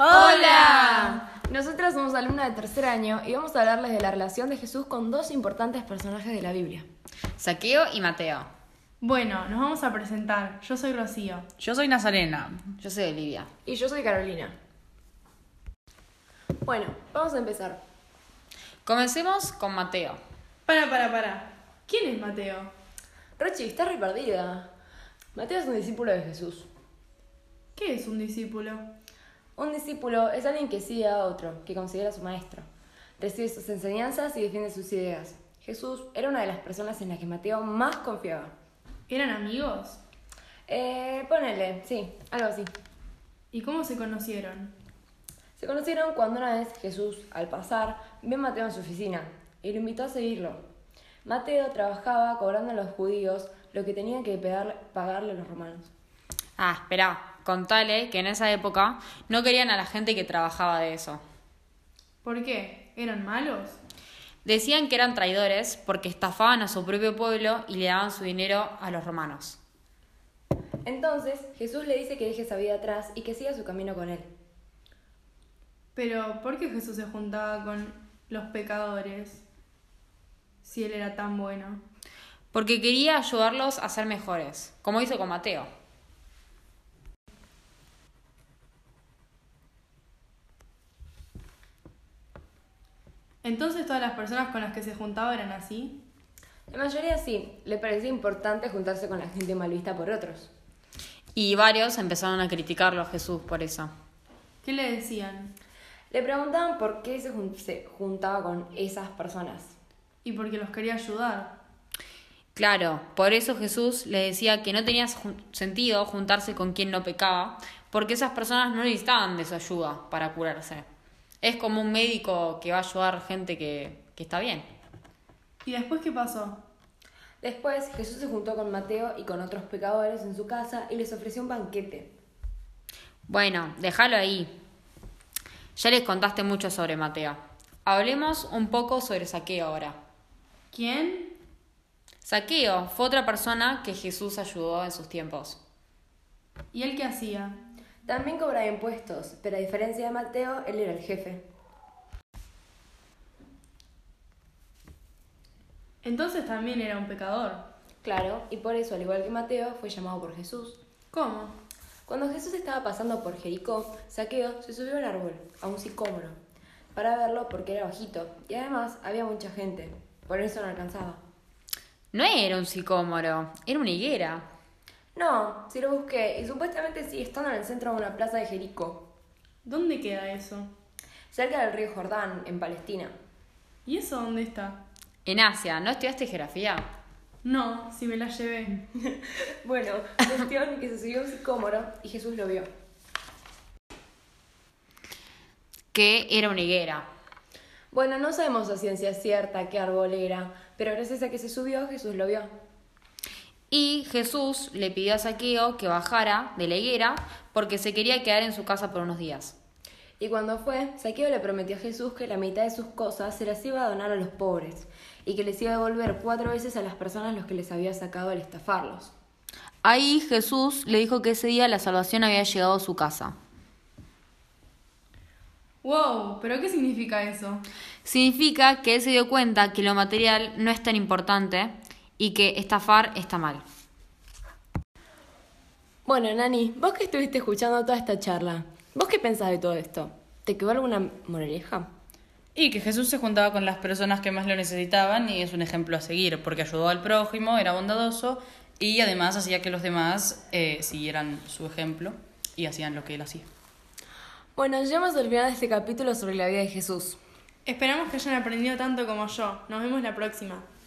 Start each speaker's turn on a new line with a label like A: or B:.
A: ¡Hola! Nosotras somos alumnas de tercer año y vamos a hablarles de la relación de Jesús con dos importantes personajes de la Biblia.
B: Saqueo y Mateo.
C: Bueno, nos vamos a presentar. Yo soy Rocío.
D: Yo soy Nazarena.
B: Yo soy Olivia.
A: Y yo soy Carolina. Bueno, vamos a empezar.
B: Comencemos con Mateo.
C: Para, para, para. ¿Quién es Mateo?
A: Rochi, estás re perdida. Mateo es un discípulo de Jesús.
C: ¿Qué es un discípulo?
A: Un discípulo es alguien que sigue a otro, que considera a su maestro. Recibe sus enseñanzas y defiende sus ideas. Jesús era una de las personas en las que Mateo más confiaba.
C: ¿Eran amigos?
A: Eh, ponele, sí, algo así.
C: ¿Y cómo se conocieron?
A: Se conocieron cuando una vez Jesús, al pasar, ve a Mateo en su oficina y lo invitó a seguirlo. Mateo trabajaba cobrando a los judíos lo que tenían que pegar- pagarle a los romanos.
B: Ah, espera, contale que en esa época no querían a la gente que trabajaba de eso.
C: ¿Por qué? ¿Eran malos?
B: Decían que eran traidores porque estafaban a su propio pueblo y le daban su dinero a los romanos.
A: Entonces Jesús le dice que deje esa vida atrás y que siga su camino con él.
C: Pero, ¿por qué Jesús se juntaba con los pecadores si él era tan bueno?
B: Porque quería ayudarlos a ser mejores, como hizo con Mateo.
C: Entonces todas las personas con las que se juntaba eran así.
A: La mayoría sí, le parecía importante juntarse con la gente mal vista por otros.
B: Y varios empezaron a criticarlo a Jesús por eso.
C: ¿Qué le decían?
A: Le preguntaban por qué se, jun- se juntaba con esas personas.
C: Y porque los quería ayudar.
B: Claro, por eso Jesús le decía que no tenía jun- sentido juntarse con quien no pecaba, porque esas personas no necesitaban de su ayuda para curarse. Es como un médico que va a ayudar gente que, que está bien.
C: ¿Y después qué pasó?
A: Después Jesús se juntó con Mateo y con otros pecadores en su casa y les ofreció un banquete.
B: Bueno, déjalo ahí. Ya les contaste mucho sobre Mateo. Hablemos un poco sobre Saqueo ahora.
C: ¿Quién?
B: Saqueo fue otra persona que Jesús ayudó en sus tiempos.
C: ¿Y él qué hacía?
A: También cobraba impuestos, pero a diferencia de Mateo, él era el jefe.
C: Entonces también era un pecador.
A: Claro, y por eso, al igual que Mateo, fue llamado por Jesús.
C: ¿Cómo?
A: Cuando Jesús estaba pasando por Jericó, Saqueo se subió a un árbol, a un sicómoro, para verlo porque era bajito y además había mucha gente, por eso no alcanzaba.
B: No era un sicómoro, era una higuera.
A: No, sí lo busqué y supuestamente sigue estando en el centro de una plaza de Jericó,
C: ¿Dónde queda eso?
A: cerca del río Jordán, en Palestina.
C: ¿Y eso dónde está?
B: En Asia, ¿no estudiaste geografía?
C: No, si me la llevé.
A: Bueno, cuestión que se subió a un sicómoro y Jesús lo vio.
B: Que era una higuera.
A: Bueno, no sabemos a ciencia cierta qué árbol era, pero gracias a que se subió, Jesús lo vio.
B: Y Jesús le pidió a Saqueo que bajara de la higuera porque se quería quedar en su casa por unos días.
A: Y cuando fue, Saqueo le prometió a Jesús que la mitad de sus cosas se las iba a donar a los pobres y que les iba a devolver cuatro veces a las personas los que les había sacado al estafarlos.
B: Ahí Jesús le dijo que ese día la salvación había llegado a su casa.
C: ¡Wow! ¿Pero qué significa eso?
B: Significa que él se dio cuenta que lo material no es tan importante y que estafar está mal.
A: Bueno, Nani, vos que estuviste escuchando toda esta charla, ¿vos qué pensás de todo esto? ¿Te quedó alguna moraleja?
D: Y que Jesús se juntaba con las personas que más lo necesitaban y es un ejemplo a seguir, porque ayudó al prójimo, era bondadoso y además hacía que los demás eh, siguieran su ejemplo y hacían lo que él hacía.
A: Bueno, llegamos al final de este capítulo sobre la vida de Jesús.
C: Esperamos que hayan aprendido tanto como yo. Nos vemos la próxima.